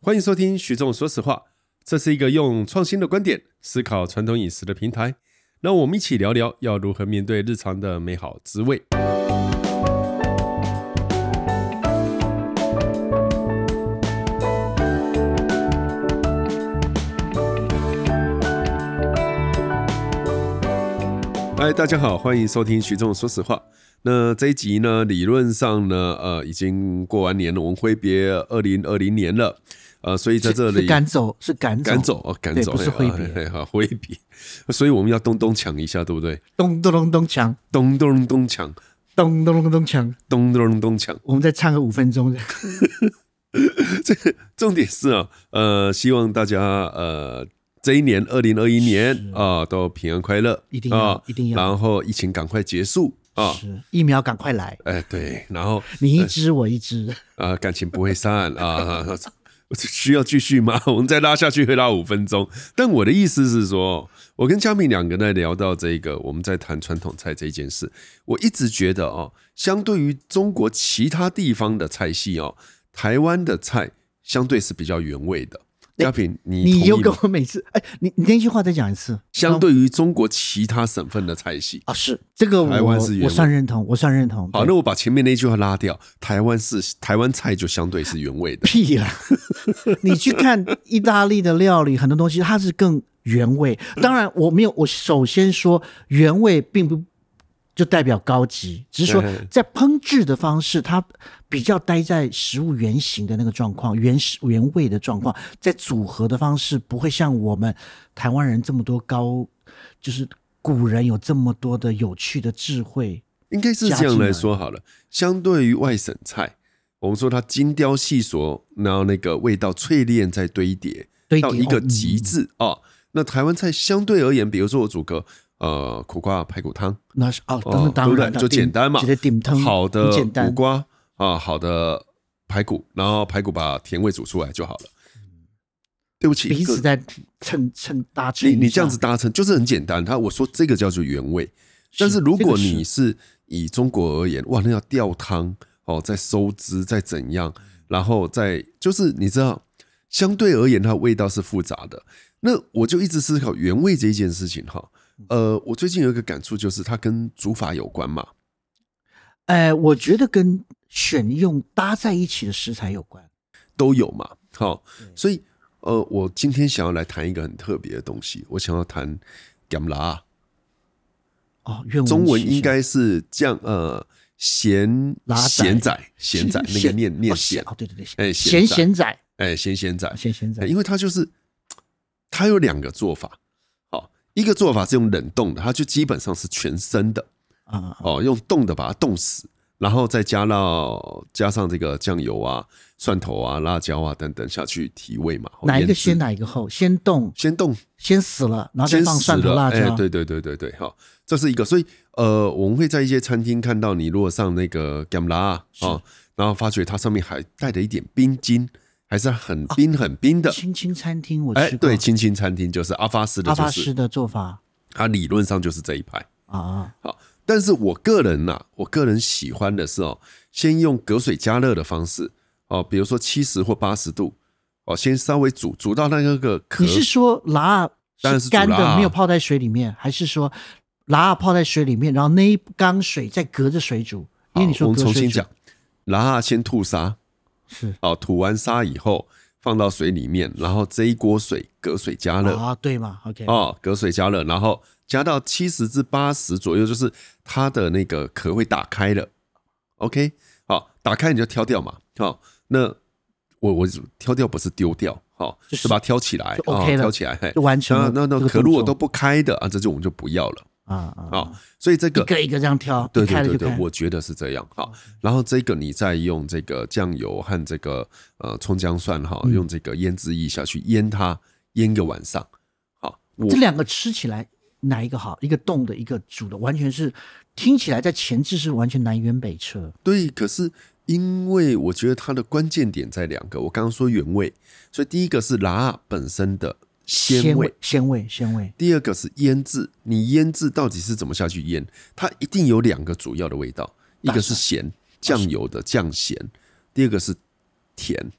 欢迎收听徐总说实话，这是一个用创新的观点思考传统饮食的平台。让我们一起聊聊要如何面对日常的美好滋味。嗨，大家好，欢迎收听徐总说实话。那这一集呢，理论上呢，呃，已经过完年了，我们挥别二零二零年了，呃，所以在这是里是赶走，是赶走，赶走哦，赶对走，不是嘿挥别啊嘿好挥别，所以我们要咚咚锵一下，对不对？咚咚咚咚锵，咚咚咚锵，咚咚咚咚锵。咚咚咚锵。我们再唱个五分钟，重点是啊，呃，希望大家呃这一年二零二一年啊都平安快乐，一定要啊一定要然后疫情赶快结束啊，是疫苗赶快来，哎对，然后你一支我一支，啊，感情不会散 啊。需要继续吗？ 我们再拉下去会拉五分钟。但我的意思是说，我跟佳明两个在聊到这个，我们在谈传统菜这一件事。我一直觉得哦，相对于中国其他地方的菜系哦，台湾的菜相对是比较原味的。佳平，你你又同意跟吗？我每次，哎，你你那句话再讲一次相对于中国其他省份的菜系，啊，是这个台湾我是原味我算认同，我算认同。好，对那我把前面那句话拉掉，台湾是台湾菜就相对是原味的。屁啦！你去看意大利的料理，很多东西它是更原 味。当然，我没有，我首先说原味并不就代表高级，只是说对在烹制的方式，它比较待在食物原型的那个状况，原始原味的状况，在组合的方式不会像我们台湾人这么多高，就是古人有这么多的有趣的智慧。应该是这样来说好了。相对于外省菜，我们说它精雕细琢，然后那个味道淬炼再堆叠，堆叠到一个哦嗯极致啊、哦那台湾菜相对而言，比如说我煮个呃苦瓜排骨汤，那是哦，当哦然，当对不然对？就简单嘛觉得顶汤好的很简苦单。瓜啊，好的排骨，然后排骨把甜味煮出来就好了。对不起，彼各此嗯在蹭蹭搭衬一你下。你这样子搭乘就是很简单。他我说这个叫做原味，但是如果你是以中国而言，哇，那要吊汤哦，再收汁，再怎样，然后再就是你知道，相对而言它的味道是复杂的。那我就一直思考原味这一件事情哈。呃，我最近有一个感触，就是它跟煮法有关嘛。哎，我觉得跟选用搭在一起的食材有关。都有嘛。好、所以呃，我今天想要来谈一个很特别的东西，我想要谈干辣，哦，愿闻中文其详应该嗯是酱呃咸辣仔咸仔咸 仔那个念念哦咸哦，对对对，哎咸咸仔咸仔，哎咸咸仔，咸咸哎仔，因为它就是它有两个做法，好、一个做法是用冷冻的，它就基本上是全生的啊，哦，用冻的把它冻死。然后再加到加上这个酱油啊、蒜头啊、辣椒啊等等下去提味嘛。哦哪一个腌制先哪一个后？先冻，先冻先死了，然后再先放死蒜头了，辣哎椒。对对对对对，好，这是一个。所以呃，我们会在一些餐厅看到你如果上那个 g a m l a 啊、哦，然后发觉它上面还带了一点冰晶，还是很啊冰很冰的。青青餐厅我哎、吃过，对，亲亲餐厅就是阿发斯的，阿就巴是斯的做法它理论上就是这一派。啊，好，但是我个人呐、我个人喜欢的是哦，先用隔水加热的方式哦，比如说七十或八十度哦，先稍微煮煮到那个个壳你是说辣当然是煮啊干辣的，没有泡在水里面，还是说辣泡在水里面，然后那一缸水再隔着水煮？因为你好哦说我们隔重水新煮讲，辣先吐沙，是哦，吐完沙以后放到水里面，然后这一锅水隔水加热，啊，对嘛？OK，哦，隔水加热，然后加到七十至八十左右，就是它的那个壳会打开了。OK，好、打开你就挑掉嘛。好、那我我挑掉不是丢掉，好、就是是把它挑起来就，OK 哦、了挑起来，嘿就，完成那那了那这个壳动如果作都不开的啊，这就我们就不要了啊啊、啊，所以这一个个一个这样挑，对一对开了对就对开，。嗯我觉得是这样。好，然后这个你再用这个酱油和这个呃葱姜蒜哈，嗯用这个腌制液下去腌它，腌个晚上。好，我这两个吃起来哪一个好？一个冻的，一个煮的，完全是听起来在前置是完全南辕北辙。对，可是因为我觉得它的关键点在两个，我刚刚说原味，所以第一个是辣本身的鲜鲜味味，，鲜味，鲜味。第二个是腌制，你腌制到底是怎么下去腌？它一定有两个主要的味道，一个是咸酱油的酱咸，第二个是甜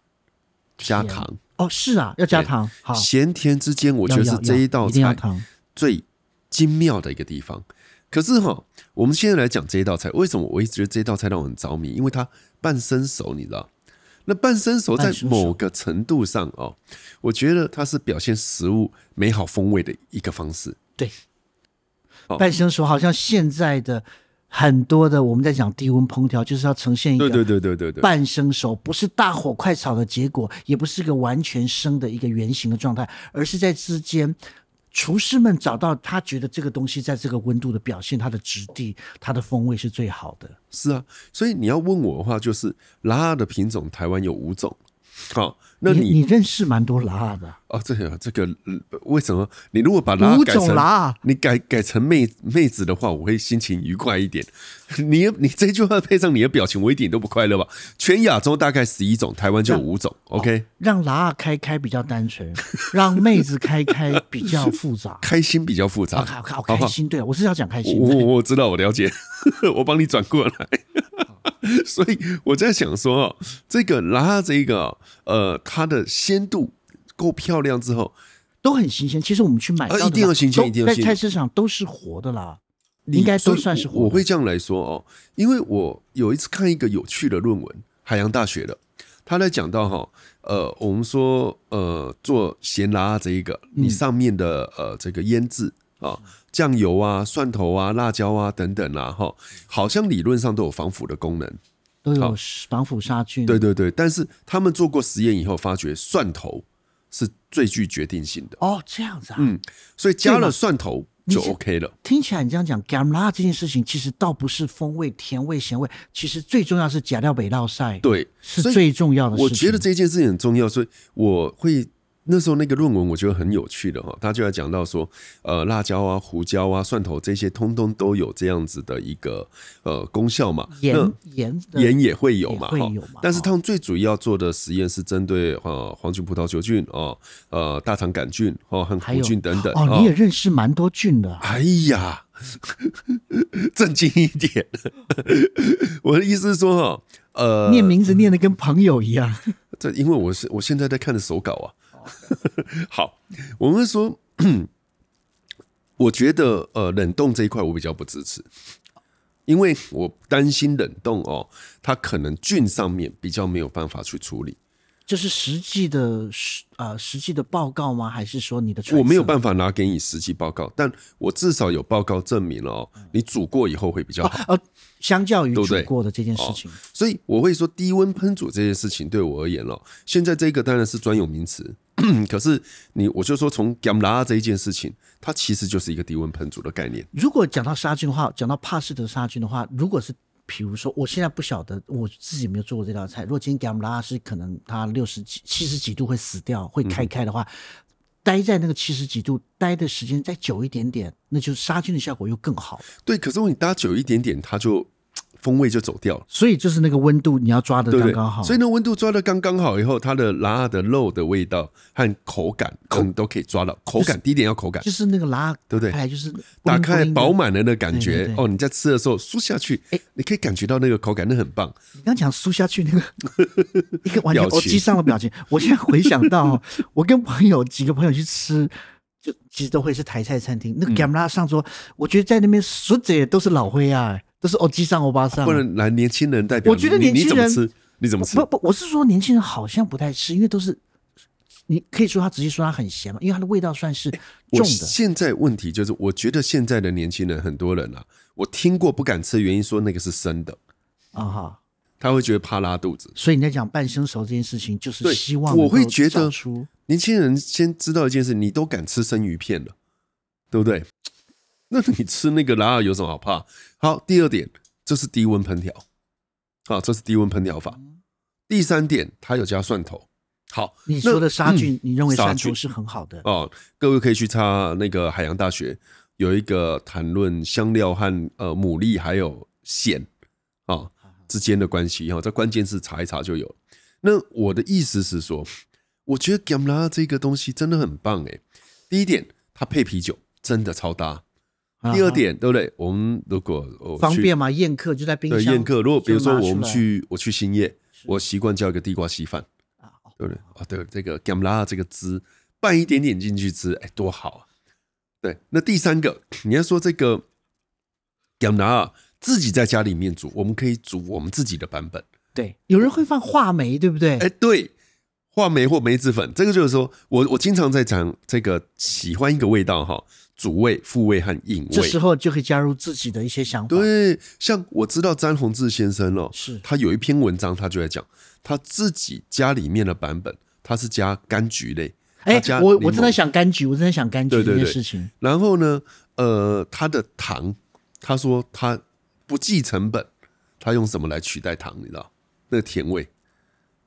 加糖，哦，是啊，要加糖，好，咸甜之间，我觉要得是要这要道一定要菜糖，最精妙的一个地方。可是哈，我们现在来讲这一道菜，为什么我一直觉得这道菜让我很着迷？因为它半生熟，你知道？那半生熟在半生熟某个程度上哦，我觉得它是表现食物美好风味的一个方式。对哦。半生熟好像现在的很多的我们在讲低温烹调，就是要呈现一对对个对对对对，半生熟，不是大火快炒的结果，也不是个完全生的一个圆形的状态，而是在之间。厨师们找到他觉得这个东西在这个温度的表现，它的质地、它的风味是最好的。是啊，所以你要问我的话，就是拉拉的品种，台湾有五种。好、那你你你认识蛮多拉的，哦，这个这个、嗯为什么？你如果把拉五改成种拉你改改成妹妹子的话，我会心情愉快一点。 你你这句话配上你的表情，我一点都不快乐吧？全亚洲大概十一种，台湾就有五种。OK，让拉开开比较 单纯，让妹子开开比较复杂。开心比较复杂。好好好，开心，对我是要讲开心我。我我知道，我了解， 我帮你转过来。 所以我在想说哦，这个拉这个哦呃，它的鲜度够漂亮之后，都很新鲜。其实我们去买到的啊一定要新鲜都一定要在新鲜菜市场都是活的啦，你应该都所以算是活的我。我会这样来说哦，因为我有一次看一个有趣的论文，海洋大学的，他在讲到哈、呃，我们说呃，做咸拉这一个，嗯你上面的呃这个腌制啊，酱油啊、蒜头啊、辣椒啊等等啊，哈，好像理论上都有防腐的功能。都好有防腐杀菌，对对对，但是他们做过实验以后，发觉蒜头是最具决定性的，哦，这样子啊。嗯，所以加对了嘛蒜头就你是 OK 了。听起来你这样讲 g a m l a 这件事情，其实倒不是风味、甜味、咸味，其实最重要是假料北道晒，，对，啊是所以最重要的事情。我觉得这件事情很重要，所以我会那时候那个论文我觉得很有趣的哈，他就在讲到说，呃，辣椒啊、胡椒啊、蒜头这些，通通都有这样子的一个呃功效嘛。盐那盐的呃盐也会有嘛，也会哈有嘛但是他们最主要做的实验是针对呃黄曲葡萄球菌哦，呃大肠杆菌哦和还弧有菌等等。哦，你也认识蛮多菌的，啊哎呀， 正经一点。 我的意思是说哈，呃，念名字念的跟朋友一样。这因为我是我现在在看的手稿啊。 好，我们说， 我觉得呃冷冻这一块我比较不支持，因为我担心冷冻哦，它可能菌上面比较没有办法去处理，这是实际的实呃实际的报告吗？还是说你的揣测我没有办法拿给你实际报告，但我至少有报告证明了哦，你煮过以后会比较好。呃，相较于对不煮对哦过的这件事情，所以我会说低温烹煮这件事情对我而言哦，现在这个当然是专有名词， 可是你我就说从 gamla 这一件事情，它其实就是一个低温烹煮的概念。如果讲到杀菌的话，讲到帕氏德杀菌的话，如果是比如说，我现在不晓得我自己有没有做过这道菜。如果今天 gamla 是可能它六十几、七十几度会死掉，会开开的话，待在那个七十几度待的时间再久一点点，那就杀菌的效果又更好。对，可是如果你搭久一点点，它就风味就走掉了。所以就是那个温度你要抓的对不刚对？刚好。所以呢，温度抓的刚刚好以后，它的拉的肉的味道和口感，我们都可以抓到。口感第一点要口感，就是那个拉，对不对开来就是打开温度饱。满的那感觉对对对哦，你在吃的时候缩下去，你可以感觉到那个口感，那很棒。你刚讲输下去那个 一个完全表情我机上 的表情，我现在回想到哦，我跟朋友几个朋友去吃，就其实都会是台菜餐厅。那嗯个 gamla 上桌，我觉得在那边所有也都是老灰啊，都是欧基上欧巴上。不然来年轻人代表你，我觉得你年轻人你怎么吃？你怎么吃？不不，我是说年轻人好像不太吃，因为都是你可以说他直接说它很咸嘛，因为它的味道算是重我的。现在问题就是，我觉得现在的年轻人很多人啊，我听过不敢吃，原因说那个是生的，啊哈。他会觉得怕拉肚子。所以你在讲半生熟这件事情，就是对希望我能够会觉得找出年轻人先知道一件事，你都敢吃生鱼片了，对不对？那你吃那个拉尔有什么好怕？好，第二点，这是低温烹调，啊，这是低温烹调法。第三点，它有加蒜头。好，嗯你说的杀嗯菌，你认为杀杀菌菌是很好的。哦，各位可以去查那个海洋大学有一个谈论香料和呃牡蛎还有蚬啊、哦之间的关系哈、哦，这关键字查一查就有了。那我的意思是说，我觉得 gamla 这个东西真的很棒诶。第一点，它配啤酒真的超搭。第啊二哈点，对不对？我们如果我方去便嘛，宴客就在冰对箱。宴客，如果比如就说拿出我们来去我去兴业，我习惯叫一个地瓜稀饭，啊，哦对不对？啊，对，这个 gamla 这个汁拌一点点进去吃，哎，多好啊！对，那第三个，你要说这个 gamla 自己在家里面煮，我们可以煮我们自己的版本。对，有人会放话梅，对不对？哎，对，话梅或梅子粉，这个就是说我我经常在讲这个喜欢一个味道哈，主味、副味和引这味。时候就可以加入自己的一些想法。对，像我知道詹宏志先生哦，是他有一篇文章，他就在讲他自己家里面的版本，他是加柑橘类，他哎加，我柠我檬正在，想柑橘，我正在想柑橘对对这件对事情。然后呢，呃，他的糖，他说他不计成本，他用什么来取代糖？你知道那个甜味，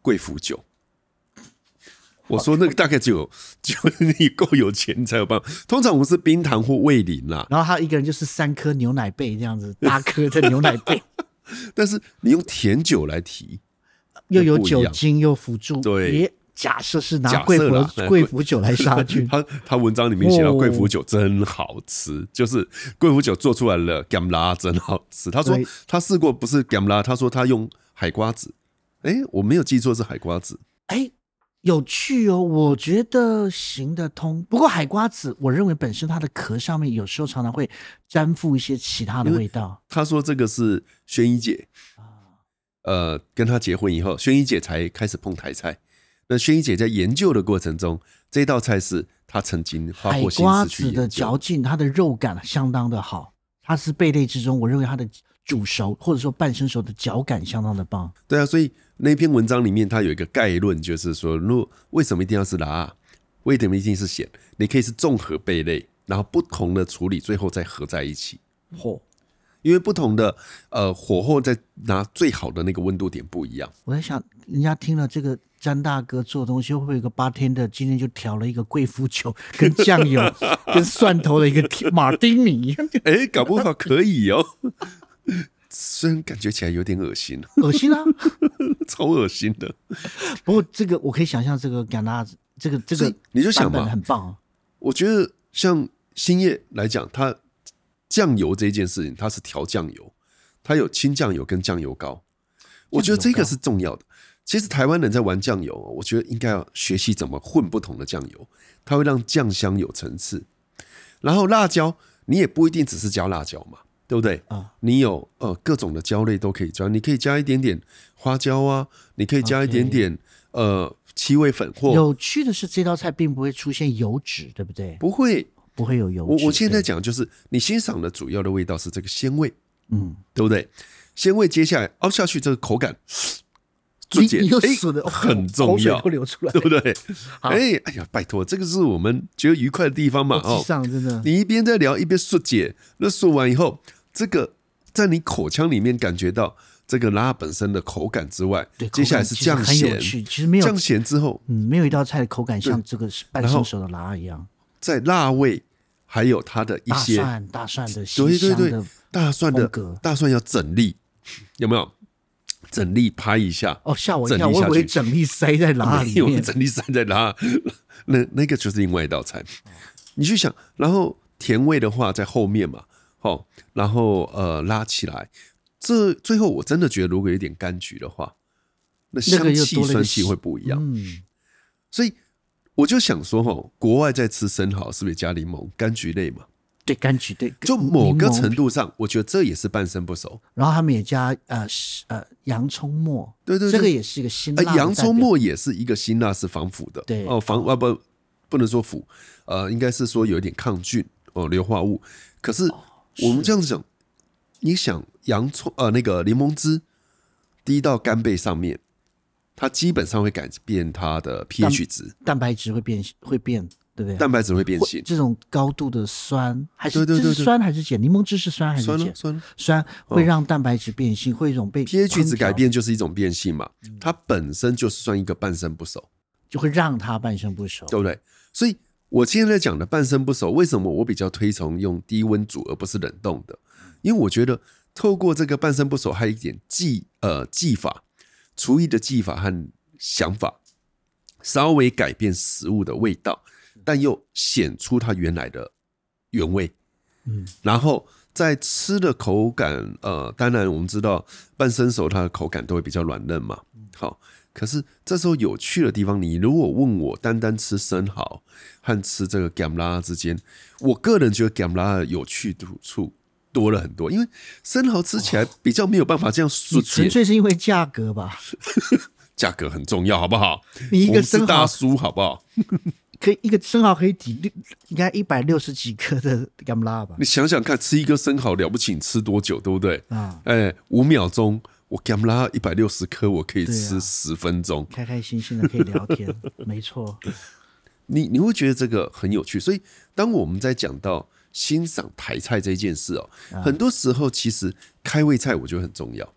贵腐酒。我说那个大概只有， 就你够有钱你才有办法。通常我们是冰糖或味淋啦，然后他一个人就是三颗牛奶贝这样子，八颗的牛奶 贝，但是你用甜酒来提，又有不一样酒精，又辅助。对也假设是拿假贵设啦腐贵腐酒来杀菌。 他他文章里面写到哦贵腐酒真好吃，就是贵腐酒做出来了 g a m l a 真好吃。他说对他试过不是 g a m l a 他说他用海瓜子，哎、我没有记错是海瓜子，哎，有趣哦，我觉得行得通。不过海瓜子，我认为本身它的壳上面有时候常常会粘附一些其他的味道。他说这个是轩一姐，啊呃，跟他结婚以后，轩一姐才开始碰台菜。那轩一姐在研究的过程中，这道菜是她曾经花海过心瓜思去子的研嚼究。劲，它的肉感相当的好，它是贝类之中，我认为它的煮熟或者说半生熟的嚼感相当的棒。对啊，所以那篇文章里面它有一个概论，就是说，如果为什么一定要是辣，为什么一定是咸？你可以是综合贝类，然后不同的处理，最后再合在一起，嚯、因为不同的呃火候再拿最好的那个温度点不一样。 我在想，人家听了这个詹大哥做东西，会不会有个八天的今天就调了一个贵妇酒、跟酱 油、跟蒜头的一个提马丁尼，哎，搞不好可以哦。 虽然感觉起来有点恶心，恶 心啊！超恶心的。不过这个我可以想象，这个甘纳这个这所个以你就想嘛版本很棒啊，我觉得像兴业来讲，它酱油这件事情，它是调酱油，它有清酱油跟酱油膏，我觉得这个是重要的。其实台湾人在玩酱油，我觉得应该要学习怎么混不同的酱油，它会让酱香有层次。然后辣椒，你也不一定只是加辣椒嘛，对不对？啊，你有呃各种的椒类都可以加，你可以加一点点花椒啊，你可以加一点点呃七味粉或有趣的是，这道菜并不会出现油脂，对不对？不会不会有油我脂。我现在对讲就是，你欣赏的主要的味道是这个鲜味，嗯，对不对？鲜味接下来凹下去，这个口感，瞬你间你又哎死了，哦很口重水要都，流出来对，不对？好哎哎呀，拜托，这个是我们觉得愉快的地方嘛我 哦记。上真的。你一边在聊，一边说解，那说完以后，这个在你口腔里面感觉到这个拉本身的口感之外对，，接下来口是感其实酱很有咸，趣，其实没有酱咸之后，嗯，没有一道菜的口感像对这个是半然后生熟的辣一样。在辣味，还有它的一大些蒜、大蒜的辛对对香对的，大蒜的风格大蒜要整粒，有没有？整粒拍一下，哦，吓我一整跳，粒我以下为去整粒塞在哪 没里有面。整粒塞在哪？那 那个就是另外一道菜。你去想，然后甜味的话在后面嘛，哦，然后呃拉起来，这最后我真的觉得，如果有点柑橘的话，那那个香又气多了一酸个气会不一样。嗯，所以我就想说，哦，国外在吃生蚝是不是也加柠檬、柑橘类嘛？对，柑橘对，就某个柠檬程度上，我觉得这也是半生不熟。然后他们也加呃是呃洋葱末，对对对这个也是一个辛辣的代呃，表。洋葱末也是一个辛辣是防腐的，对哦，防啊不不能说腐，呃，应该是说有一点抗菌哦，硫化物。可是哦我们这样子讲，你想洋葱呃那个柠檬汁滴到干贝上面，它基本上会改变它的 pH 值，蛋白质会变会变，对不对？蛋白质会变会性，这种高度的酸还是对对对这是对酸还是碱？柠檬汁是酸还是酸了啊碱？酸了酸会嗯让蛋白质变性，会有一种被，pH 烹值改调变就是一种变性嘛，嗯它本身就算一个半生不熟。就会让它半生不熟。对不对？所以我今天在讲的半生不熟，为什么我比较推崇用低温煮而不是冷冻的？因为我觉得透过这个半生不熟，还有一点技呃技法、厨艺的技法和想法，稍微改变食物的味道，但又显出它原来的原味。嗯，然后在吃的嗯口感，呃，当然我们知道半生熟它的口感都会比较软嫩嘛。好，可是这时候有趣的地方，你如果问我单单吃生蚝和吃这个 gamla 之间，我个人觉得 gamla 的有趣处多了很多，因为生蚝吃起来比较没有办法这样速你纯解，粹是因为价格吧？价格很重要，好不好？你一我个们是生大蚝叔，好不好？可以一个生蚝可以抵六，应该一百六十几克的 g a m a 吧你？想想看，吃一个生蚝了不起，你吃多久，对不对？啊，哎、五秒钟，我 gamla 一百六十颗，我可以对啊吃十分钟。开开心心的可以聊 天，没错。你你会觉得这个很有趣。所以，当我们在讲到欣赏台菜这件事哦，啊很多时候其实开胃菜我觉得很重要。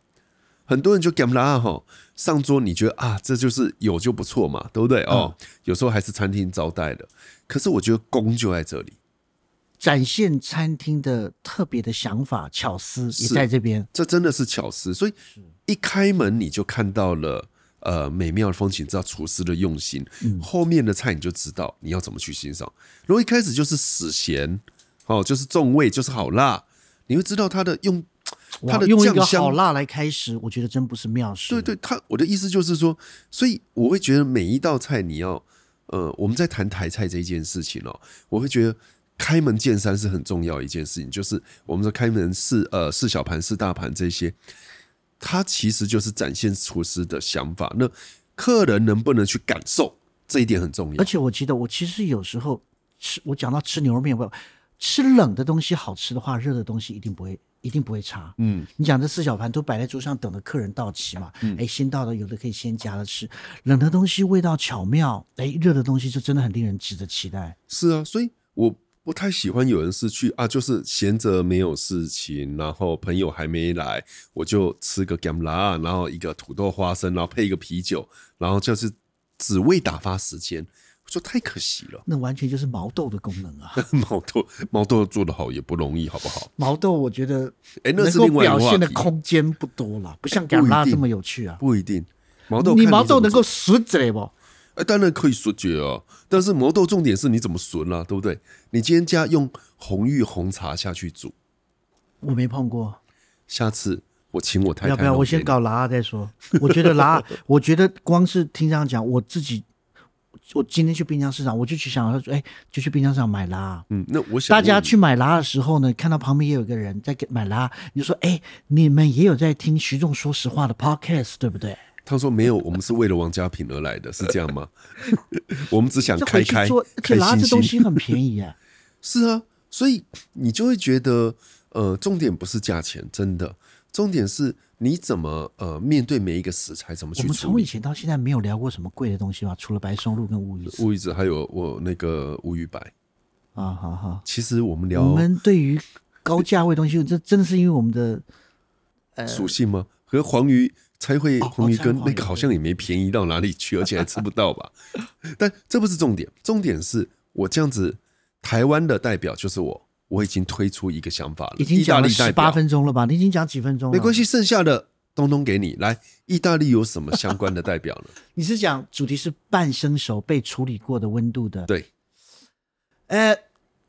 很多人就 gam 啦哈，上桌你觉得啊，这就是有就不错嘛，对不对？哦，啊有时候还是餐厅招待的。可是我觉得功就在这里，展现餐厅的特别的想法巧思也是在这边，这真的是巧思。所以一开门你就看到了。呃，美妙的风景，知道厨师的用心，后面的菜你就知道你要怎么去欣赏。如果一开始就是死咸，哦，就是重味，就是好辣，你会知道它的用哇它的用一酱个香好辣来开始，我觉得真不是妙事。对对，他我的意思就是说，所以我会觉得每一道菜你要，呃，我们在谈台菜这一件事情哦，我会觉得开门见山是很重要的一件事情，就是我们说开门是呃是小盘是大盘这些，它其实就是展现厨师的想法，那客人能不能去感受这一点很重要而。且我记得，我其实有时候吃，我讲到吃牛肉面，我吃冷的东西好吃的话，热的东西一定不会，一定不会差。嗯，你讲这四小盘都摆在桌上，等着客人到齐嘛。嗯哎、先到的有的可以先夹着吃，冷的东西味道巧妙，哎，热的东西就真的很令人值得期待。是啊，所以我不太喜欢有人是去啊，就是闲着没有事情，然后朋友还没来，我就吃个 gamla，然后一个土豆花生，然后配一个啤酒，然后就是只为打发时间，我说太可惜了。 那完全就是毛豆的功能啊！毛豆毛豆做得好也不容易，好不好？毛豆我觉得哎那能是够另外一个表话现的题空间不多了，不像不一橄榄这定么有趣啊。不一定，毛豆你看毛怎豆么能够做熟起来不？哎，当然可以说绝啊，但是毛豆重点是你怎么损啦、对不对？你今天加用红玉红茶下去煮，我没碰过。下次我请我太太要不要弄我给先你搞拉再说？我觉 得拉，我觉得光是听这样讲，我自己，我今天去滨江市场，我就去想说，哎，就去滨江市场买拉。嗯，那我想大家问去买拉的时候呢，看到旁边也有个人在给买拉，你就说，哎，你们也有在听徐仲说实话的 podcast 对不对？他说没有，我们是为了王家平而来的，是这样 吗？我们只想这开回去开做，而且开拉心这东心。西很便 宜啊。是啊，所以你就会觉得，呃，重点不是价钱，真的，重点是你怎么呃面对每一个食材，怎么我去们处从以理。前到现在没有聊过什么贵的东西吧？除了白松露跟乌鱼子乌鱼子还有我那个乌鱼白，啊，好好。其实我们我聊们对于高价位东西，这真的是因为我们的属性吗？和黄鱼才会嗯哦黄鱼哦才跟会那个好像也没便宜到哪里去，而且还吃不到吧？ 但这不是重点，重点是我这样子，台湾的代表就是我，我已经推出一个想法了，已经意大讲了利代十表八分钟了吧？你已经讲几分钟了？没关系，剩下的通通给你。来，意大利有什么相关的代表 呢？你是讲主题是半生熟被处理过的温度的？对，呃，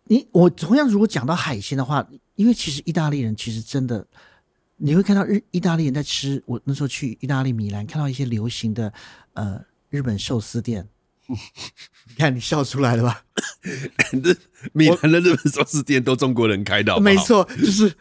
你我同样如果讲到海鲜的话，因为其实意大利人其实真的，你会看到日意大利人在吃。我那时候去意大利米兰，看到一些流行的呃日本寿司店。 你看，你笑出来了吧？日米兰的日本寿司店都中国人开的，好不好没。错，就是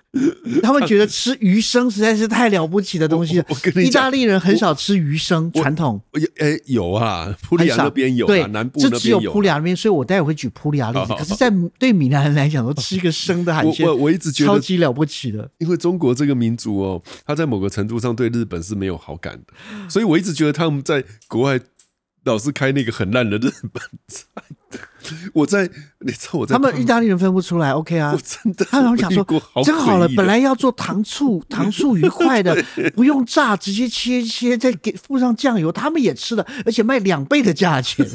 他们觉得吃鱼生实在是太了不起的东西了我我我跟你意大讲利人很少吃鱼生，传统。有哎有啊，普里很亚少那边有对啊，，南部这那只边有有普里啊。亚那边，所以我待会会举普里亚例子。可是，在对闽南人来讲，都吃一个生的海我鲜，我我一直觉得超级了不起的。因为中国这个民族哦，他在某个程度上对日本是没有好感的，所以我一直觉得他们在国外老是开那个很烂的日本菜。我在，你知道我在他们意大利人分不出来，OK 啊我？真的，他们想说我遇过好，真好了诡异，的本来要做糖醋 糖醋鱼 块的，不用炸，直接切一切，再给附上酱油，他们也吃了，而且卖两倍的价钱，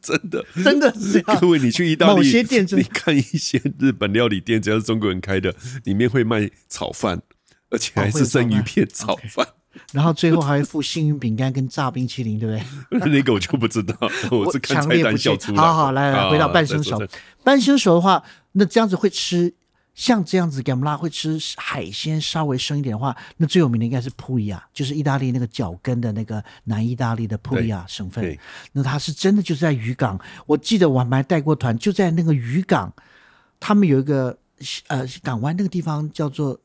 真的，真的是这样。各位，你去意大利某些店真你的看一些日本料理店，只要是中国人开的，里面会卖炒饭，而且哦还是生鱼片炒饭。然后最后还会附幸运饼干跟炸冰淇淋，对不对？ 那个我就不知道，我是看强菜烈单不笑行出。来。好好，来来，啊回到半生再说熟再，半生熟的话，那这样子会吃像这样子 g a m l a 会吃海鲜稍微生一点的话，那最有名的应该是普利亚，就是意大利那个脚跟的那个南意大利的普利亚省份对。那它是真的就是在渔港，我记得我还带过团，就在那个渔港，他们有一个呃港湾那个地方叫做，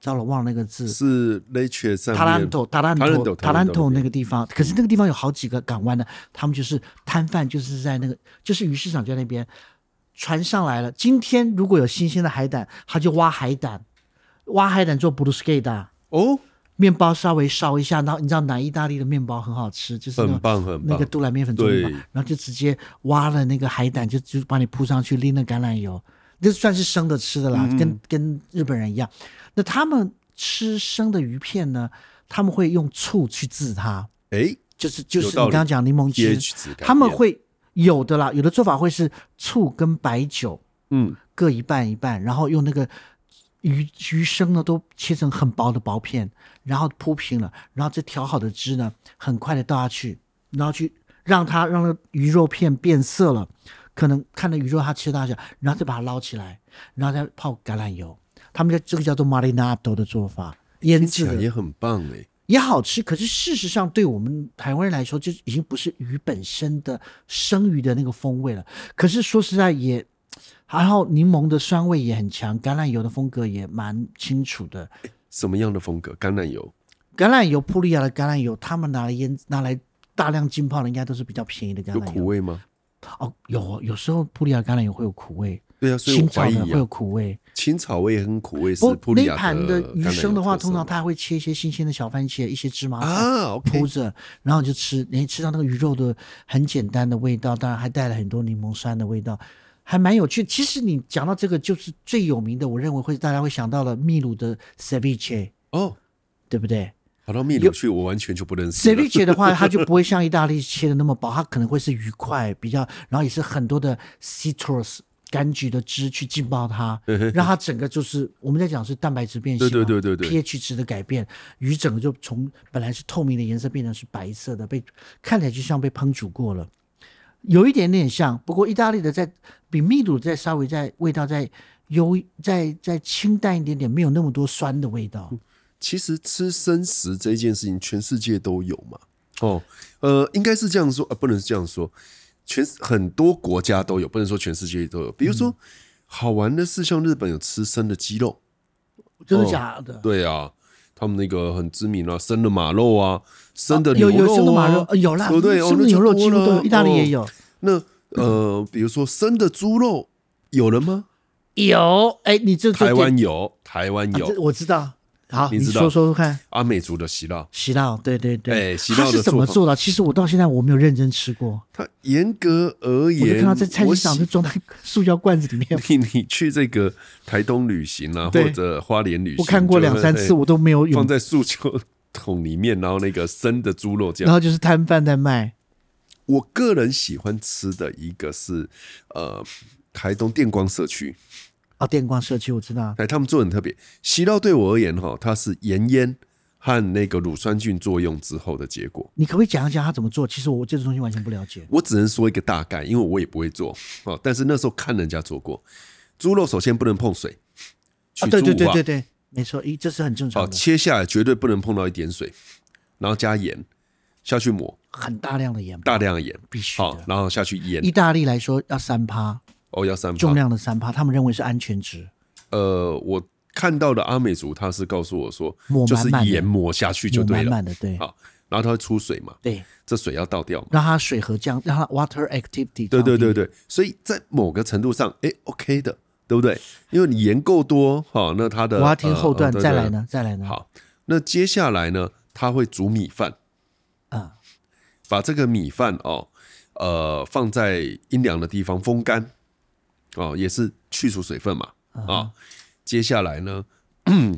糟了忘了那个字，是 l e c h e 上塔兰面头，塔兰塔兰头，头塔兰头对那个地方，可是那个地方有好几个港湾的，他们就是摊贩，就是在那个，就是鱼市场就在那边，船上来了。今天如果有新鲜的海胆，他就挖海胆，挖海胆做 b r u s k e t a 哦，面包稍微烧一下，然后你知道南意大利的面包很好吃，就是那种很棒很那棒个杜兰面粉做的嘛对，然后就直接挖了那个海胆，就就把你铺上去，淋了橄榄油，那算是生的吃的啦，嗯跟跟日本人一样。那他们吃生的鱼片呢，他们会用醋去制它，哎，就是就是有你道理刚刚讲柠檬汁 pH 值改，变他们会有的啦，有的做法会是醋跟白酒嗯，各一半一半，然后用那个鱼鱼生呢都切成很薄的薄片，然后铺平了，然后这调好的汁呢，很快的倒下去，然后去让它让那鱼肉片变色了，可能看那鱼肉它吃大小，然后再把它捞起来，然后再泡橄榄油，他们叫这个叫做 marinado 的做法，腌听制起的来也很棒哎，也好吃，可是事实上对我们台湾人来说，就已经不是鱼本身的生鱼的那个风味了。可是说实在也，然后柠檬的酸味也很强，橄榄油的风格也蛮清楚的。什么样的风格？橄榄油橄榄油，普利亚的橄榄油，他们拿来腌拿来大量浸泡的，应该都是比较便宜的橄有榄苦油。味吗？哦，有哦有时候普利亚橄榄油会有苦味，对啊，所以青我草怀的疑会有啊，苦味。青草味跟苦味不是过普那利一亚盘的鱼生的的话，通常它还会切一些新鲜的小番茄，一些芝麻菜啊，OK，铺着，然后你就吃，你吃到那个鱼肉的很简单的味道，当然还带了很多柠檬酸的味道，还蛮有趣。其实你讲到这个，就是最有名的，我认为会大家会想到了秘鲁的 ceviche，哦，对不对跑到秘鲁去，我完全就不认识了。 ？ceviche 的话，它就不会像意大利切的那么薄，它可能会是鱼块比较，然后也是很多的 citrus 柑橘的汁去浸泡它，让它整个就是我们在讲是蛋白质变性嗯嘛，对对对对对 pH 值的改变，鱼整个就从本来是透明的颜色变成是白色的，被看起来就像被烹煮过了，有一点点像。不过意大利的在比秘鲁再稍微在味道再优再再清淡一点点，没有那么多酸的味道。其实吃生食这件事情，全世界都有嘛。哦，呃，应该是这样说，呃，不能是这样说，全很多国家都有，不能说全世界都有。比如说，好玩的是，像日本有吃生的鸡肉，真哦的假的？对啊，他们那个很知名啊，生的马肉啊，生的牛有肉、啊有生的马肉，呃有啦，对不对？哦生的牛肉几乎都有，意大利也有。有。哦 那呃，比如说生的猪肉，有人吗？有，哎，你这这台点湾有，台湾啊有，这我知道。好，你你知道说说说看，阿美族的席拉，席道，对对对，哎席道他的是怎么做法做到？其实我到现在我没有认真吃过，它严格而我就言，看到在菜市场我就装在塑胶罐子里面， 你你去这个台东旅行啊，对或者花莲旅行， 我看过两三次，就会我都没有哎放用。在塑胶桶里面，然后那个生的猪肉这然样。后就是摊贩在卖，我个人喜欢吃的一个是呃台东电光社区，哦，电光社区我知道，哎，他们做得很特别。席料对我而言哈，它是盐腌和那个乳酸菌作用之后的结果。你可不可以讲一讲他怎么做？其实我这个东西完全不了解。我只能说一个大概，因为我也不会做哦。但是那时候看人家做过，猪肉首先不能碰水，啊，去对猪对对化对对，没错，咦，这是很正哦，常的，切下来绝对不能碰到一点水，然后加盐下去抹，很大量的盐吧，大量的盐，必须好的，。然后下去腌意，大利来说要三趴，哦，要三重趴。量的三趴，他们认为是安全值。呃，我看到的阿美族他是告诉我说抹，就满是满的盐抹下去就抹对满了，满的，对好，然后它会出水嘛，对，这水要倒掉嘛，让它水合降，让它 water activity 对对降低对，对，所以在某个程度上，哎，OK 的，对不对？因为你盐够多，好，那它的我要听后段，呃呃再对对来呢，再来呢，，好，那接下来呢，他会煮米饭，啊，把这个米饭哦，呃，放在阴凉的地方风干，哦，也是去除水分嘛，啊、接下来呢，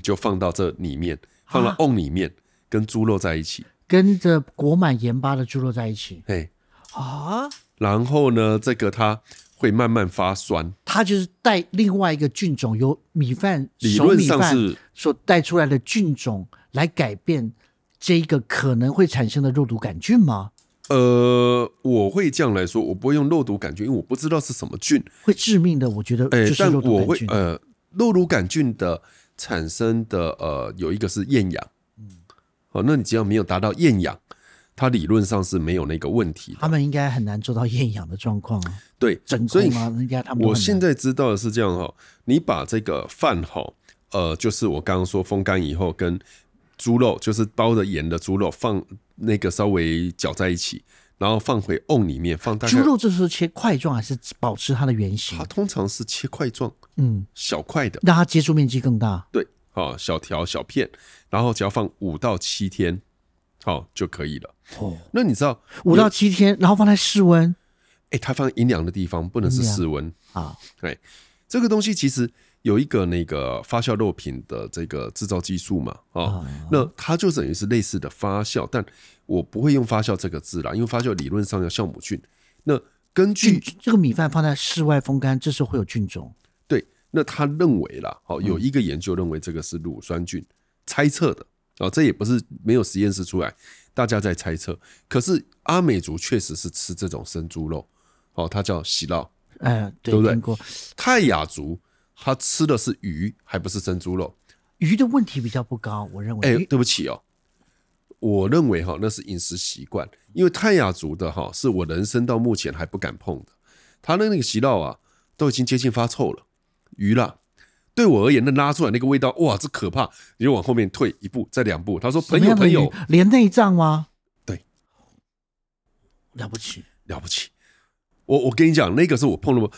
就放到这里面，放啊到瓮里面，跟猪肉在一起，跟着裹满盐巴的猪肉在一起嘿，啊，然后呢，这个它会慢慢发酸，它就是带另外一个菌种，由米饭理熟论米上饭是所带出来的菌种来改变这一个可能会产生的肉毒杆菌吗？呃，我会这样来说，我不会用肉毒杆菌，因为我不知道是什么菌。会致命的，我觉得哎、就是但肉毒我杆会菌。呃，肉毒杆菌的产生的呃，有一个是厌氧，嗯哦，那你只要没有达到厌氧，它理论上是没有那个问题他的。们应该很难做到厌氧的状况啊，对，真所以空啊，应该他们都我很现难在知道的是这样哈、你把这个饭哈、呃，就是我刚刚说风干以后跟猪肉，就是包着盐的猪肉放那个稍微搅在一起，然后放回瓮里面放大概猪，肉这时候切块状还是保持它的原形它？通常是切块状，嗯，小块的，让它接触面积更大。对，好、小条小片，然后只要放五到七天，好、就可以了。哦，那你知道，五到七天，然后放在室温哎、它放阴凉的地方不能是阴凉室温，啊，对，这个东西其实有一个那个发酵肉品的这个制造技术嘛，啊、哦，那它就等于是类似的发酵，但我不会用发酵这个字啦，因为发酵理论上要酵母菌。那根菌据这个米饭放在室外风干，这时候会有菌种。对，那他认为啦，哦，有一个研究认为这个是乳酸菌，猜测的啊、哦，这也不是没有实验室出来，大家在猜测。可是阿美族确实是吃这种生猪肉，哦，它叫喜酪。哎，对对不对听过泰雅族他吃的是鱼，还不是生猪肉。鱼的问题比较不高，我认为。哎、鱼对不起哦，我认为哈那是饮食习惯，因为泰雅族的哈是我人生到目前还不敢碰的，他的那个席料啊都已经接近发臭了，鱼啦。对我而言，那拉出来那个味道，哇，这可怕！你就往后面退一步，再两步。他说：“什朋么友，样的朋鱼友，连内脏吗？对，了不起。了不起。我”我跟你讲，那个是我碰了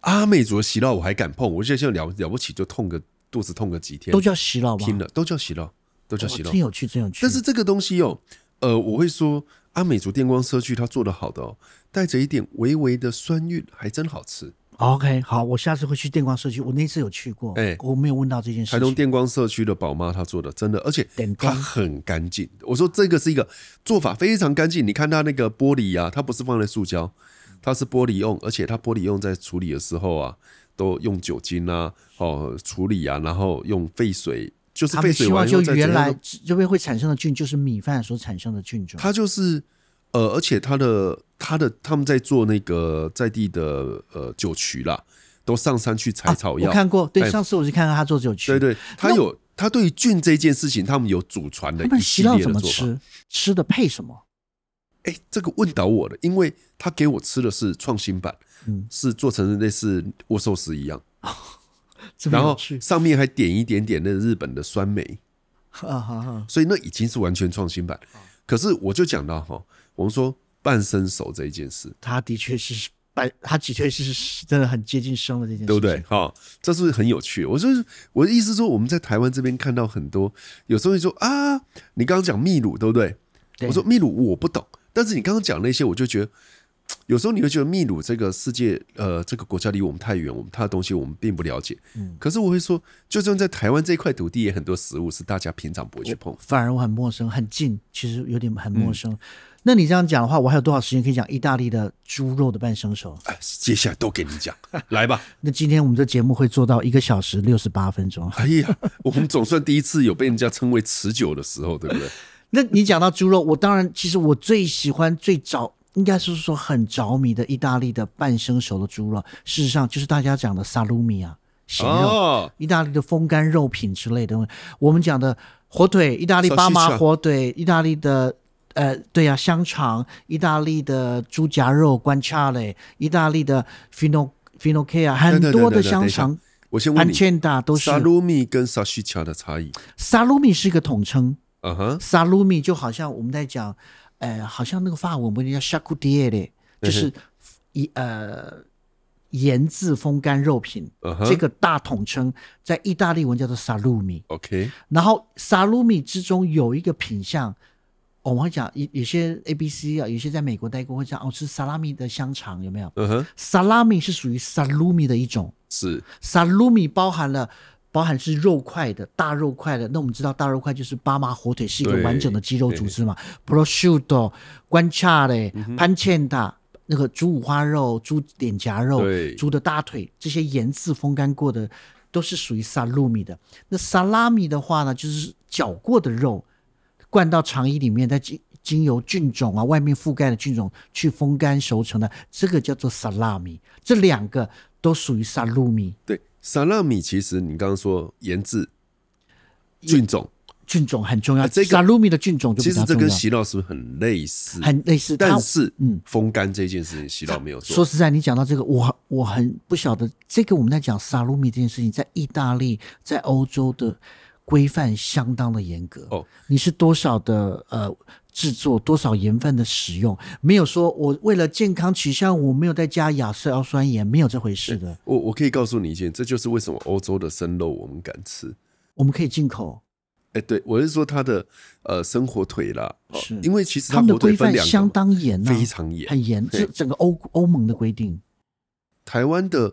阿美族的席料，我还敢碰。我现在现在了了不起，就痛个肚子痛个几天，都叫洗脑吗？拼了，都叫席料，都叫哇席料真。有趣，真有趣。但是这个东西哦，呃，我会说，阿美族电光社区它做的好的哦，带着一点微微的酸韵，还真好吃。 OK，好，我下次会去电光社区。我那次有去过，哎我没有问到这件事台东情。电光社区的宝妈她做的真的，而且电它光很干净。我说这个是一个做法非常干净，你看它那个玻璃啊，它不是放在塑胶，它是玻璃用，而且它玻璃用在处理的时候啊，都用酒精啊，哦处理啊，然后用沸水，就是他沸们水希望完以就后再原怎样来都这边会产生的菌，就是米饭所产生的菌种。它就是呃，而且它的它的他们在做那个在地的呃酒曲啦，都上山去采草啊我药。看过，对，哎上次我去看看他做酒曲。对对，它有它对于菌这件事情，他们有祖传的他们一系洗脑列怎的么做法。吃？吃的配什么？哎，这个问倒我了，因为他给我吃的是创新版，嗯是做成类似握寿司一样，这么然有后趣上面还点一点点那日本的酸梅，啊哈哈，所以那已经是完全创新版。啊可是我就讲到哈，我们说半生熟这一件事，他的确是白，他的确是真的很接近生的这件事情，对不对？哈、这是不是很有趣？我就是我的意思说，我们在台湾这边看到很多，有时候你说啊，你刚刚讲秘鲁，对不对？对？我说秘鲁我不懂，但是你刚刚讲那些，我就觉得，有时候你会觉得秘鲁这个世界，呃，这个国家离我们太远，我们它的东西我们并不了解。嗯可是我会说，就算在台湾这块土地，也很多食物是大家平常不会去碰。反而我很陌生，很近，其实有点很嗯陌生。那你这样讲的话，我还有多少时间可以讲意大利的猪肉的半生熟？哎，接下来都给你 讲，来吧。那今天我们这节目会做到一个小时六十八分钟。哎呀，我们总算第一次有被人家称为持久的时候，对不 对？那你讲到猪肉，我当然其实我最喜欢最早。应该是说很着迷的意大利的半生熟的猪肉，事实上就是大家讲的萨鲁米啊，咸肉，哦，意大利的风干肉品之类的东西。我们讲的火腿，意大利巴马 Salsiccia 火腿，意大利的呃，对呀、香肠，意大利的猪夹肉 g u a n c h a l e 意大利的 fino fino c a 很对对对多对的对香等一下肠我先问你， ，pancetta 都是沙鲁米跟沙西卡的差异。萨鲁米是一个统称，啊哈，萨鲁米就好像我们在讲，呃，好像那个法文不是叫 s h a k u d i e r e 就是一呃盐渍风干肉品。啊哈，这个大统称在意大利文叫做萨鲁米， OK，然后萨鲁米之中有一个品相，哦我们会讲有有些 A B C 啊，有些在美国待过会讲哦吃萨拉米的香肠有没有？嗯哼，萨拉米是属于萨鲁米的一种，是萨鲁米包含了。包含是肉块的大肉块的，那我们知道大肉块就是巴马火腿是一个对完整的肌肉组织嘛，prosciutto、guanciale、pancetta，那个猪五花肉、猪脸颊肉、对猪的大腿这些盐渍风干过的，都是属于萨鲁米的。那萨拉米的话呢，就是绞过的肉，灌到肠衣里面，再经经由菌种啊，外面覆盖的菌种去风干熟成的，这个叫做萨拉米。这两个都属于萨路米对，萨拉米其实你刚刚说研制菌种，菌种很重要，啊这个萨路米的菌种就其比实较这重跟要，洗脑是不是很类似？很类似。它但是，嗯嗯，风干这件事情，洗脑没有说做。实在，你讲到这个，我我很不晓得这个我们在讲萨鲁米这件事情，在意大利、在欧洲的规范相当的严格。哦，你是多少的呃制作，多少盐分的使用，没有说我为了健康取向，我没有再加亚色氨酸盐，没有这回事的。我我可以告诉你一件，这就是为什么欧洲的生肉我们敢吃。我们可以进口，哎，对我是说它的呃生火腿啦，哦是因为其实它嗯们的火腿规分范两种相嘛，当严、啊，非常严。很严，这对整个欧欧盟的规定。台湾的应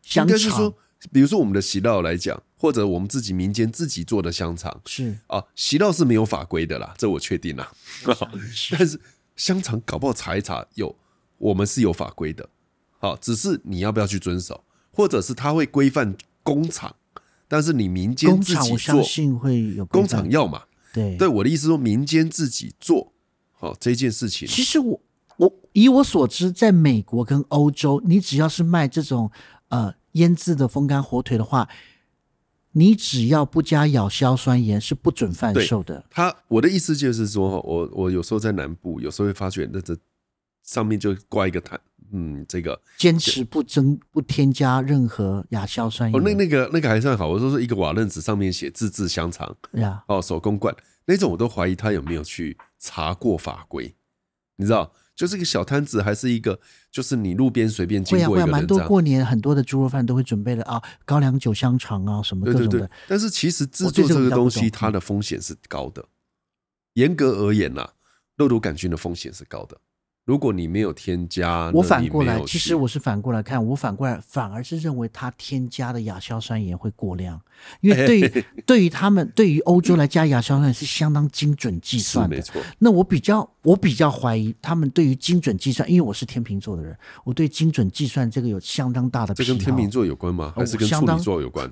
香该是肠说，比如说我们的洗酪来讲，或者我们自己民间自己做的香肠是啊，洗酪是没有法规的啦，这我确定啦。但是香肠搞不好查一查有，我们是有法规的，好，只是你要不要去遵守，或者是它会规范工厂，但是你民间工自厂，己我相做，信会有规工范厂要嘛？对对，我的意思说民间自己做，好这件事情，其实我我以我所知，在美国跟欧洲，你只要是卖这种呃腌制的风干火腿的话，你只要不加亚硝酸盐是不准贩售的。他我的意思就是说，我我有时候在南部，有时候会发觉那这上面就挂一个摊，嗯，这个坚持不增不添加任何亚硝酸哦盐。，那那个那个还算好，我说是一个瓦楞纸上面写自制香肠呀，哦，手工罐那种，我都怀疑他有没有去查过法规，你知道，就是一个小摊子，还是一个就是你路边随便经会啊过会一啊，个蛮人这多样，过年很多的猪肉饭都会准备了啊，高粱酒香肠啊什么各对种对的。对，但是其实制我对作这这个比个较不东懂嗯西，它的风险是高的。严格而言呐、肉毒杆菌的风险是高的。如果你没有添加，那我反你过没来，有其去实我是反过来看，我反过来反而是认为它添加的亚硝酸盐会过量，因为对哎于对于他 们对于欧洲来加亚硝酸盐是相当精准计是算没的。错，那我比较我比较怀疑他们对于精准计算，因为我是天秤座的人，我对精准计算这个有相当大的这癖跟天好秤座有关吗？哦还是跟相处女当座有 关？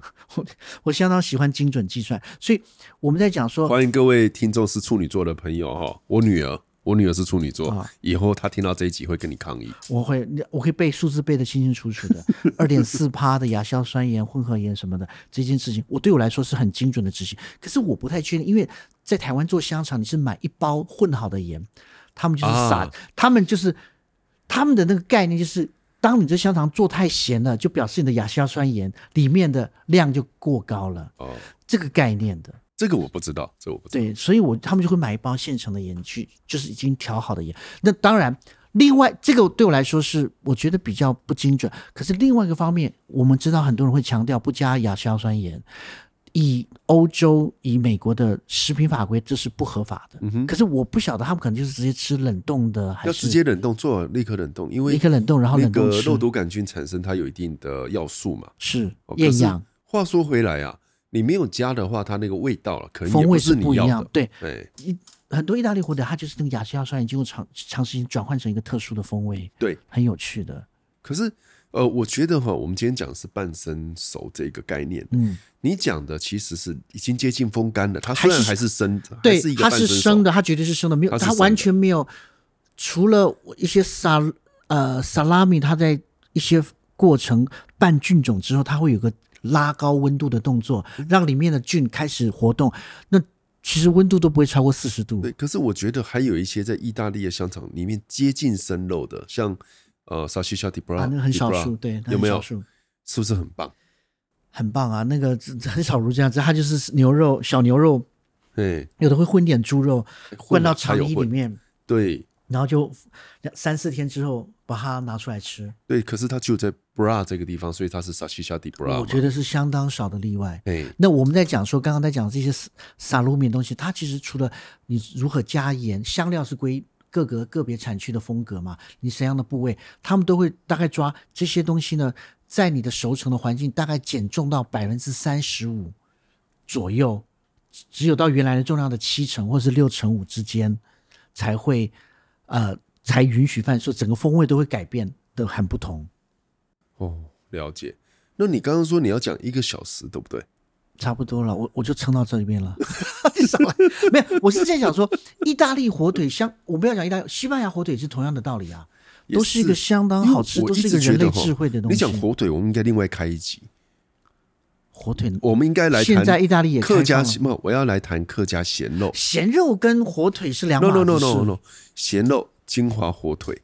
我相当喜欢精准计算，所以我们在讲说欢迎各位听众是处女座的朋友哈，我女儿，我女儿是处女座啊，以后她听到这一集会跟你抗议。我会，我可以背数字背得清清楚楚的，二点四趴的亚硝酸盐、混合盐什么的这件事情，我对我来说是很精准的执行。可是我不太确定，因为在台湾做香肠，你是买一包混好的盐，他们就是撒，啊他们就是他们的那个概念就是，当你这香肠做太咸了，就表示你的亚硝酸盐里面的量就过高了，哦，这个概念的。这个我不知道，这我不知道。对，所以我他们就会买一包现成的盐去，就是已经调好的盐。那当然，另外这个对我来说是我觉得比较不精准。可是另外一个方面，我们知道很多人会强调不加亚硝酸盐，以欧洲以美国的食品法规这是不合法的。可是我不晓得他们可能就是直接吃冷冻的，还嗯要是直接冷冻，做好立刻冷冻，因为立刻冷冻，然后那冷冻个吃肉毒杆菌产生它有一定的要素嘛。是哦可厌是氧。话说回来啊，你没有加的话，它那个味道了，可能风也味是你不一要样的，。哎对，对很多意大利火腿它就是那个亚硝酸盐经过长长时间转换成一个特殊的风味，对。很有趣的。可是呃，我觉得哈，我们今天讲的是半生熟这个概念，嗯，你讲的其实是已经接近风干了，它还虽然是还是生的，还对，是一个它半是熟生的，它绝对是生的，没有它是它生完的全没有，除了一些沙呃萨拉米，它在一些过程拌菌种之后，它会有个拉高温度的动作，让里面的菌开始活动。那其实温度都不会超过四十度对，，可是我觉得还有一些在意大利的香肠里面接近生肉的，像呃 s a s h i c h a di b r a 啊，那个很少数，对，那有很没少有？数。是不是很棒？很棒啊，那个这这很少如这样子，它就是牛肉、小牛肉，哎，有的会混点猪肉，混灌到了它肠有衣里混面，对然后就两三四天之后把它拿出来吃。对，可是它只有在 bra 这个地方，所以它是 s a s h i c h a di bra 我觉得是相当少的例外。哎，那我们在讲说，刚刚在讲这些撒撒路面的东西，它其实除了你如何加盐，香料是归各个个别产区的风格嘛，你什么样的部位，他们都会大概抓这些东西呢，在你的熟成的环境大概减重到百分之三十五左右，只只有到原来的重量的七成或是六成五之间，才会呃才允许贩售，整个风味都会改变的很不同。哦，了解。那你刚刚说你要讲一个小时，对不对？差不多了，我我就撑到这里 面了。 上来没有，我是在想说，意大利火腿相，我不要讲意大利，西班牙火腿是同样的道理啊，也都是一个相当好吃，因为都我一是直一个人觉得类哈智慧的东西。你讲火腿，我们应该另外开一集，火腿，我们应该来现在谈意大利也开客家放了没有，我要来谈客家咸肉。咸肉跟火腿是两码 No 子 no 事 no no no，咸肉金华火腿，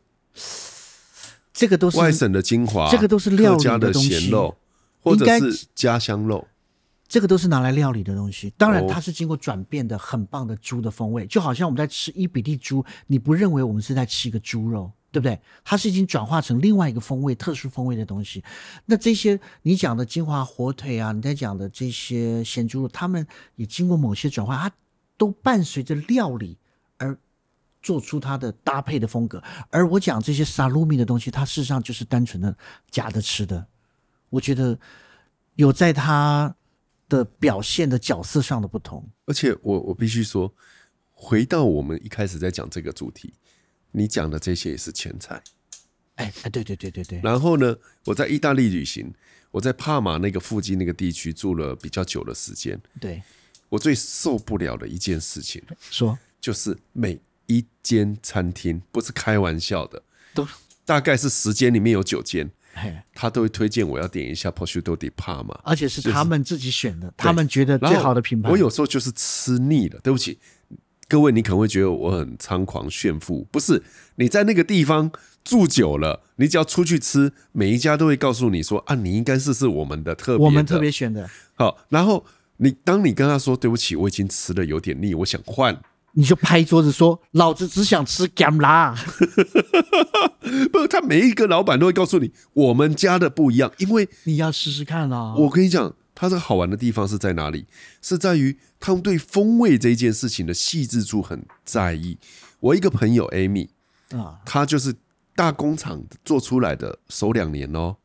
这个都是外省的精华，这个都是料理客家的的东西咸肉，或者应该是家乡肉。这个都是拿来料理的东西，当然哦它是经过转变的，很棒的猪的风味，就好像我们在吃伊比利猪，你不认为我们是在吃一个猪肉，对不对？它是已经转化成另外一个风味、特殊风味的东西。那这些你讲的金华火腿啊，你在讲的这些咸猪肉，它们也经过某些转化，它都伴随着料理而做出它的搭配的风格。而我讲这些萨鲁米的东西，它事实上就是单纯的假的吃的。我觉得有在他的表现的角色上的不同。而且我我必须说，回到我们一开始在讲这个主题，你讲的这些也是前菜。哎哎，对对对对对，然后呢，我在意大利旅行，我在帕马那个附近那个地区住了比较久的时间。对我最受不了的一件事情，说就是每一间餐厅不是开玩笑的，都大概是十间里面有九间，哎，他都会推荐我要点一下 prosciutto di Parma。而且是他们自己选的，他们觉得然后最好的品牌。我有时候就是吃腻了，对不起，各位，你可能会觉得我很猖狂炫富，不是？你在那个地方住久了，你只要出去吃，每一家都会告诉你说啊，你应该试试我们的特别的，我们特别选的，好。然后你当你跟他说对不起，我已经吃的有点腻，我想 换，你就拍桌子说：“老子只想吃 g a m l a 不，他每一个老板都会告诉你我们家的不一样，因为 你要试试看啊、我跟你讲，它这个好玩的地方是在哪里？是在于他们对风味这件事情的细致处很在意。我一个朋友 Amy，啊，她就是大工厂做出来的，首两年哦，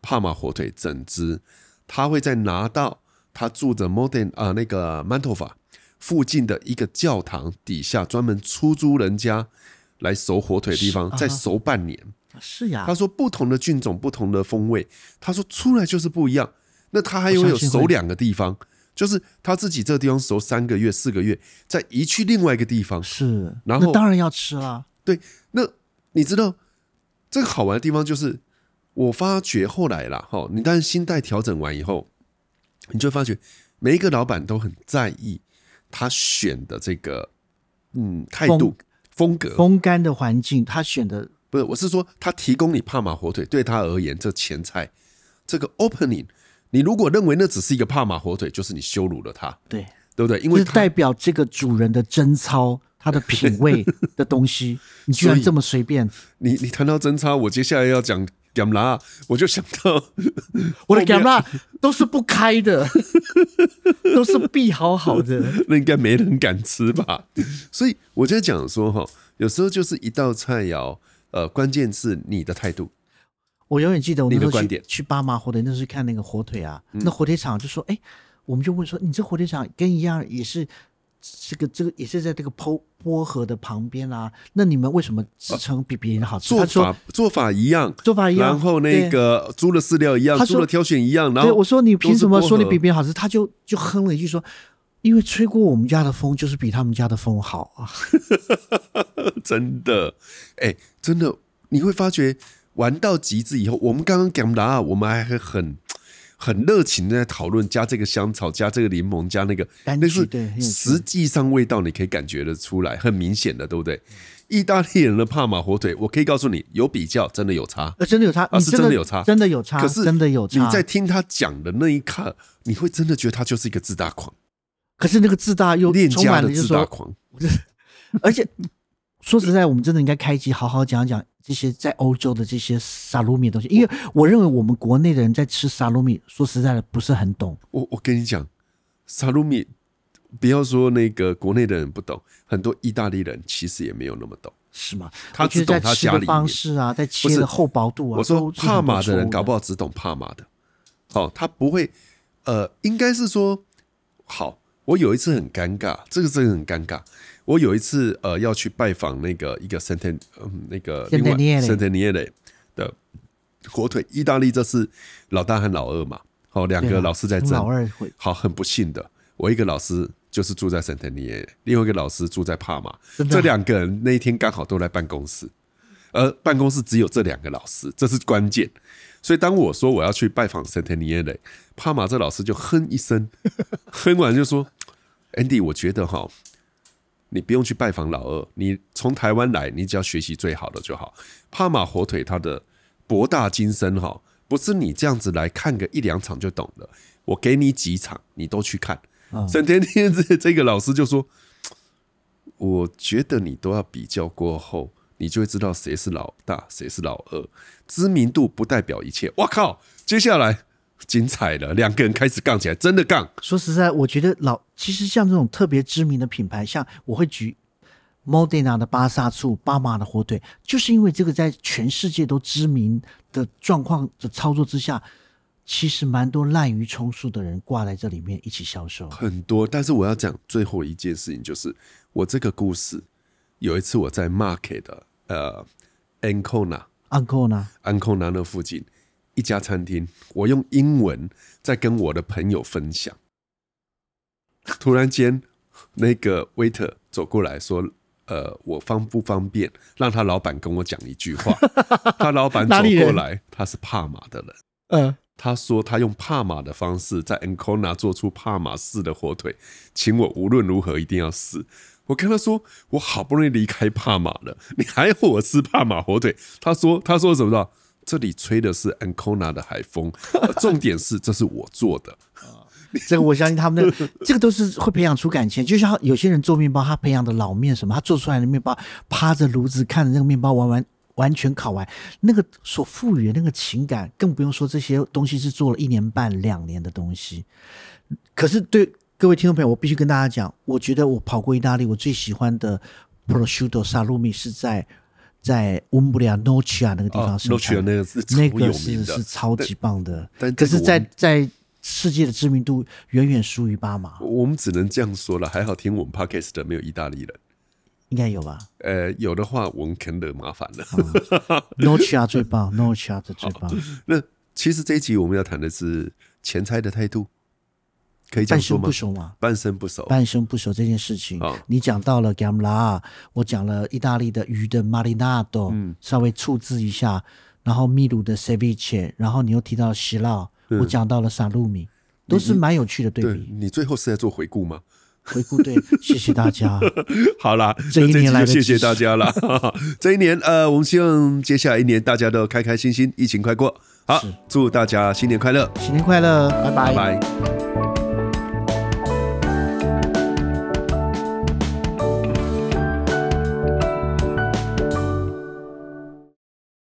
帕玛火腿整只，她会再拿到她住的 Modern 啊、那个曼托法附近的一个教堂底下，专门出租人家来熟火腿的地方是，啊啊再熟半年。是呀他，说不同的菌种、不同的风味，他说出来就是不一样。那他还有我有相信会熟两个地方，就是他自己这个地方熟三个月、四个月，再移去另外一个地方。是，然后呃那当然要吃啦。对，那你知道这个好玩的地方就是，我发觉后来啦，哈，你当然心态调整完以后，你就会发觉每一个老板都很在意他选的这个嗯态度、风格、风干的环境，他选的不是，我是说他提供你帕玛火腿，对他而言，这前菜这个 opening，你如果认为那只是一个帕玛火腿，就是你羞辱了他，对，对不对？因就为是他代表这个主人的贞操，他的品 味的东西，你居所然以这么随便。你你谈到真差，我接下来要讲点啦，我就想到我的后面 gamma 都是不开 的，都是闭好好的。那应该没人敢吃吧？ 所以我就讲说哈，有时候就是一道菜肴，呃，关键是你的态度。 我永远记得我那你的时候观去点嗯去巴马火腿，那时候看那个火腿啊，那火腿厂就说，哎、我们就问说，你这火腿厂跟一样也是这个这个也是在这个坡波河的旁边啊，那你们为什么自称比别人好吃？啊做他说法做法一样，做法一样然后那对个猪的饲料一样，他猪说的挑选一样，然对，后我说你凭什么说都是薄你荷比别人好吃？他就就哼了一句说，因为吹过我们家的风，就是比他们家的风好啊。 真的，哎、真的，你会发觉玩到极致以后，我们刚刚讲啦，我们还很很热情的在讨论加这个香草，加这个柠檬，加那个，柑橘但是对很有趣实际上味道你可以感觉得出来，很明显的，对不对？意大利人的帕玛火腿，我可以告诉你，有比较，真的有差。呃，真的有差，啊你是真的有差真的有差，可是真的有差。你在听他讲的那一刻，你会真的觉得他就是一个自大狂，可是那个自大又恋充家满了，的就是自大说，狂。而且说实在，我们真的应该开一集好好讲讲这些在欧洲的这些萨鲁米的东西，因为我认为我们国内的人在吃萨鲁米，说实在的不是很懂。我我跟你讲，萨鲁米，不要说那个国内的人不懂，很多意大利人其实也没有那么懂。是吗？他我只觉懂得在他吃家的里方面。式啊，在不切是的厚薄度啊，我说都是很帕多马的人错误搞不好只懂帕马的，哦，他不会，呃，应该是说，好，我有一次很尴尬，这个真的很尴尬。我有一次呃要去拜访那个一个 s a n t 嗯那个另外 Santaniere s a n t a n i e r e 的火腿，意大利这是老大和老二嘛，好，两对个啊老师在争。老二会好，很不幸的，我一个老师就是住在圣特尼耶，另外一个老师住在帕马，真的这两个人那一天刚好都来办公室，而办公室只有这两个老师，这是关键。所以当我说我要去拜访圣特尼耶的帕马这老师就哼一 声，哼完就说：“Andy，我觉得哈，你不用去拜访老二，你从台湾来，你只要学习最好的就好。帕马火腿它的博大精深哈，不是你这样子来看个一两场就懂了。我给你几场，你都去看。嗯沈天天这这个老师就说，我觉得你都要比较过后，你就会知道谁是老大，谁是老二。知名度不代表一切。我靠，接下来精彩了，两个人开始杠起来，真的杠。说实在，我觉得老其实像这种特别知名的品牌，像我会举 Modena 的巴萨醋、巴马的火腿，就是因为这个在全世界都知名的状况的操作之下，其实蛮多滥竽充数的人挂在这里面一起销售。很多，但是我要讲最后一件事情，就是我这个故事，有一次我在 Market 的呃 Ancona Uncle 呢？ Ancona 那附近一家餐厅，我用英文在跟我的朋友分享，突然间那个 waiter 走过来说。呃，我方不方便让他老板跟我讲一句话？他老板走哪里人过来，他是帕马的人，呃，他说他用帕玛的方式在 Ancona 做出帕玛式的火腿，请我无论如何一定要试。我跟他说，我好不容易离开帕玛了，你还要我吃帕玛火腿？他说，他说什么呢？这里吹的是 Ancona 的海风，呃重点是这是我做的。这个我相信他 们的这个都是会培养出感情，就像有些人做面包，他培养的老面什么，他做出来的面包趴着炉子看着那个面包完完完全烤完，那个所赋予的那个情感，更不用说这些东西是做了一年半两年的东西。可是对各位听众朋友，我必须跟大家讲，我觉得我跑过意大利，我最喜欢的 prosciutto 萨鲁米是在在温布利亚 Nocia 那个地啊方生 n o c 产 i 那个的。是超那有个名是的是，超级棒的，但可这个是在，我们在世界的知名度远远输于巴马，我们只能这样说了。还好听我们 Podcast 的没有意大利人，应该有 吧呃，有的话我们可能惹麻烦了。 ？Nocia 最棒，Nocia 最棒，那其实这一集我们要谈的是钱财的态度，可以这半样说生吗不？熟嘛，哦半生不熟，半生不熟这件事情好，你讲到了 Gamla，我讲了意大利的鱼的 Marinado，、稍微触字一下，然后秘鲁的 Ceviche，然后你又提到了希腊，我讲到了萨鲁米，都是蛮有趣的嗯对对比。你最后是在做回顾 吗？回顾对，谢谢大 家。好啦，这一那年集来的就谢谢支持大家 啦。这一年，呃，我们希望接下来一年大家都开开心心，疫情快过。好是，祝大家新年快乐，新年快乐，拜拜拜。